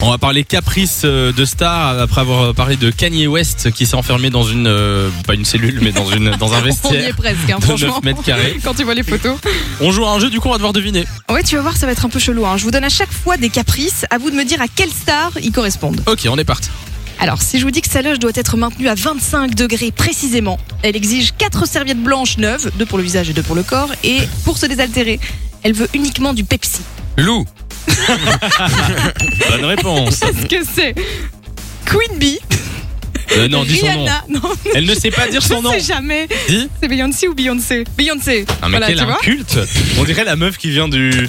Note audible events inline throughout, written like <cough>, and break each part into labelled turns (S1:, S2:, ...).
S1: On va parler caprice euh, de star après avoir parlé de Kanye West qui s'est enfermé dans une euh, pas une cellule mais dans une dans un
S2: <laughs> On y est
S1: vestiaire
S2: presque, hein,
S1: de
S2: franchement.
S1: 9 mètres carrés.
S2: Quand tu vois les photos.
S1: On joue à un jeu du coup on va devoir deviner.
S2: Ouais, tu vas voir, ça va être un peu chelou. hein. Je vous donne à chaque fois des caprices. À vous de me dire à quelle star ils correspondent.
S1: OK, on est parti.
S2: Alors, si je vous dis que sa loge doit être maintenue à 25 degrés précisément, elle exige 4 serviettes blanches neuves, deux pour le visage et deux pour le corps, et pour se désaltérer, elle veut uniquement
S1: <laughs>
S2: du Pepsi.
S1: Lou. Bonne réponse.
S2: Qu'est-ce que c'est Queen Bee,
S1: Euh, non, dis son nom.
S2: Rihanna, non,
S1: Elle ne sait pas dire son nom.
S2: je sais jamais.
S1: Dis.
S2: C'est Beyoncé ou Beyoncé Beyoncé.
S1: Ah mais
S2: Voilà,
S1: quel
S2: tu vois,
S1: inculte. On dirait la meuf qui vient du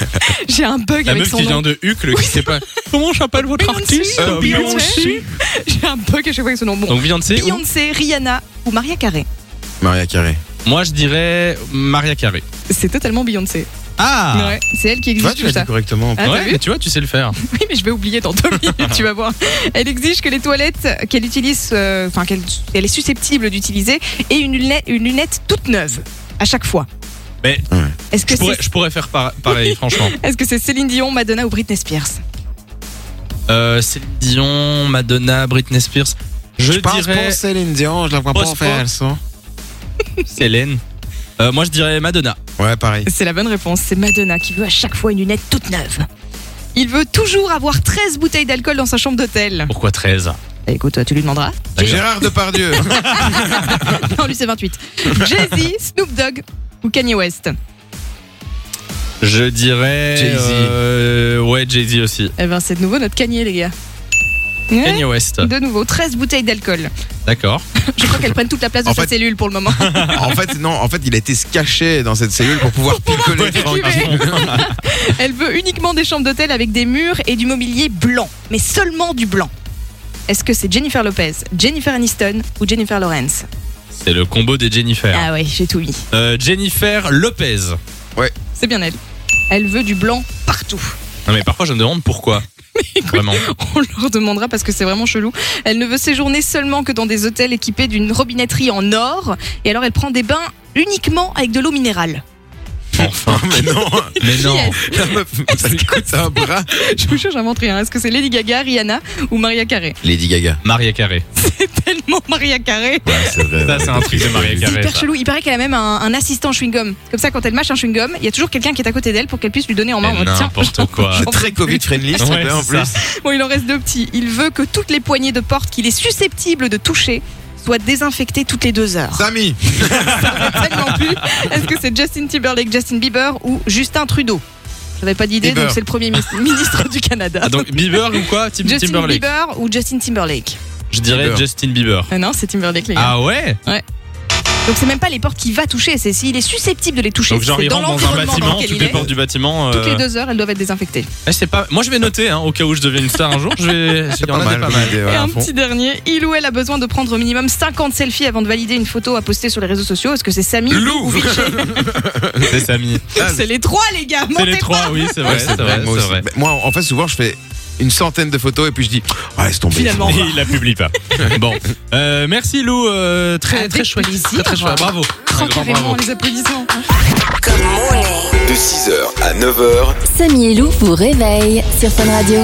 S2: j'ai un bug
S1: la
S2: avec
S1: meuf
S2: son
S1: qui
S2: nom.
S1: vient de Hucle qui sait pas comment j'appelle votre
S2: Beyoncé,
S1: artiste
S2: euh, Beyoncé.
S1: Beyoncé.
S2: <laughs> J'ai un bug à chaque fois avec son nom. Bon,
S1: Donc Beyoncé ou
S2: Beyoncé, Rihanna ou Maria Carey.
S3: Maria Carré.
S1: moi je dirais Maria Carré.
S2: C'est totalement Beyoncé.
S1: Ah
S2: Ouais, c'est elle qui
S3: Tu
S2: exige
S3: vois, tu
S2: tout
S3: l'as
S2: ça.
S3: dit correctement.
S2: Ah, t'as
S1: ouais,
S2: vu
S1: mais tu vois, tu sais le faire.
S2: Oui, mais je vais oublier dans deux minutes, tu vas voir. Elle exige que les toilettes qu'elle utilise, euh, enfin qu'elle elle est susceptible d'utiliser, et une lunette, une lunette toute neuve à chaque fois.
S1: Mais-
S2: est-ce que
S1: Je pourrais,
S2: c'est
S1: je pourrais faire par-
S2: <laughs>
S1: pareil, franchement.
S2: est-ce que c'est Céline Dion, Madonna ou Britney Spears
S1: Euh, Céline Dion, Madonna, Britney Spears. Je,
S3: Je pense
S1: dirais
S3: pour Céline Dion, je la vois pas
S1: Pense
S3: en faire,
S1: pas.
S3: elle sent.
S1: <laughs> Célène. Euh, moi, je dirais Madonna. <laughs>
S3: Ouais, pareil.
S2: C'est la bonne réponse. C'est Madonna qui veut à chaque fois une lunette toute neuve. Il veut toujours avoir 13 bouteilles d'alcool dans sa chambre d'hôtel.
S1: Pourquoi 13
S2: Bah, écoute, toi, tu lui demanderas. <laughs>
S1: <laughs>
S3: Gérard Depardieu.
S2: non, lui, c'est 28. Jay-Z, Snoop Dogg ou Kanye West
S1: Je dirais.
S3: Jay-Z.
S1: euh, ouais, Jay-Z aussi.
S2: Eh ben, c'est de nouveau notre Kanye, les gars. Ouais.
S1: Kanye West.
S2: De nouveau, 13 bouteilles d'alcool.
S1: D'accord.
S2: Je crois qu'elles prennent toute la place de
S3: En
S2: sa
S3: fait-
S2: cellule pour le
S3: <laughs>
S2: moment.
S3: en fait, non, en fait, il a été se cacher dans cette cellule
S1: <laughs>
S3: pour pouvoir picoler tranquille.
S2: <laughs> Elle veut uniquement des chambres d'hôtel avec des murs et du mobilier blanc, mais seulement du blanc. Est-ce que c'est Jennifer Lopez, Jennifer Aniston ou Jennifer Lawrence
S1: C'est le combo des Jennifer.
S2: Ah ouais, j'ai tout mis.
S1: Euh, Jennifer Lopez.
S2: C'est bien elle. Elle veut du blanc partout. <laughs>
S1: Non, mais parfois, je me demande pourquoi. Vraiment.
S2: On leur demandera parce que c'est vraiment chelou. Elle ne veut séjourner seulement que dans des hôtels équipés d'une robinetterie en or. Et alors elle prend des bains uniquement avec de l'eau minérale. <laughs>
S1: Enfin.
S3: Mais non,
S1: <laughs> Mais non.
S2: Qui est-ce
S3: la meuf, ça lui coûte un bras.
S2: <laughs> Je vous jure, j'invente rien. Est-ce que c'est Lady Gaga, Rihanna ou Maria Carey
S3: Lady Gaga.
S1: Maria Carré.
S2: <laughs> Tellement Maria Carey.
S3: Ouais, c'est vrai.
S1: Ça, c'est un truc de Maria
S2: C'est
S1: Carré.
S2: hyper
S1: ça.
S2: chelou. Il paraît qu'elle a même un, un assistant chewing-gum. Comme ça, quand elle mâche un chewing-gum, il y a toujours quelqu'un qui est à côté d'elle pour qu'elle puisse lui donner en main.
S1: Mais
S2: Oh, tiens.
S1: N'importe quoi.
S3: C'est très Covid friendly, s'il te
S1: Ouais,
S3: plaît, en
S1: c'est
S3: plus.
S1: ça.
S2: Bon, il en reste deux petits. Il veut que toutes les poignées de porte qu'il est susceptible de toucher soient désinfectées toutes les deux
S1: <laughs>
S2: heures.
S3: Samy,
S2: Tellement plus. Est-ce que c'est Justin Timberlake, Justin Bieber ou Justin Trudeau J'avais pas d'idée,
S3: Bieber.
S2: donc c'est le premier mi- <laughs> ministre du Canada.
S1: Ah, donc Bieber ou quoi Tim-
S2: Justin
S1: Timberlake.
S2: Bieber ou Justin Timberlake
S1: Je dirais
S3: Bieber.
S1: Justin Bieber.
S2: Ah Non, c'est Timberlake, les gars.
S1: Ah ouais
S2: Donc c'est même pas les portes qu'il va toucher, c'est s'il est susceptible de les toucher.
S1: Donc genre
S2: c'est
S1: il
S2: dans
S1: rentre dans un
S2: l'environnement dans
S1: bâtiment,
S2: lequel
S1: toutes
S2: il
S1: les
S2: est.
S1: portes du bâtiment.
S2: Toutes
S1: euh,
S2: les deux heures, elles doivent être désinfectées.
S1: eh, c'est pas. Moi je vais noter hein, au cas où je deviens une star un jour. Je vais.
S3: c'est
S1: il y en
S3: pas
S1: a des
S3: mal. comme idée, ouais,
S2: Et
S3: à
S2: un
S3: fond.
S2: petit dernier, il ou elle a besoin de prendre au minimum 50 selfies avant de valider une photo à poster sur les réseaux sociaux. Est-ce que c'est Samy
S3: Lou
S1: <laughs>
S2: ou Vichy
S1: C'est Samy.
S2: <laughs> C'est les trois, les gars
S1: Ah, C'est
S2: mentez
S1: les
S2: pas.
S1: trois, oui, c'est
S3: Ouais,
S1: vrai, c'est vrai,
S3: moi
S1: c'est
S3: aussi.
S1: vrai.
S3: Mais Moi, en fait, souvent, je fais une centaine de photos et puis je dis, ah, laisse tomber.
S2: Finalement.
S1: Et il la publie pas. Bon, Euh, merci Lou, euh, très
S2: Avec
S1: très chouette,
S2: plaisir.
S1: très très chouette. Bravo. Un
S2: Oh,
S1: grand
S2: carrément,
S1: bravo.
S2: les applaudissements.
S4: De 6h à 9h,
S5: Samy et Lou vous réveille sur Fun Radio.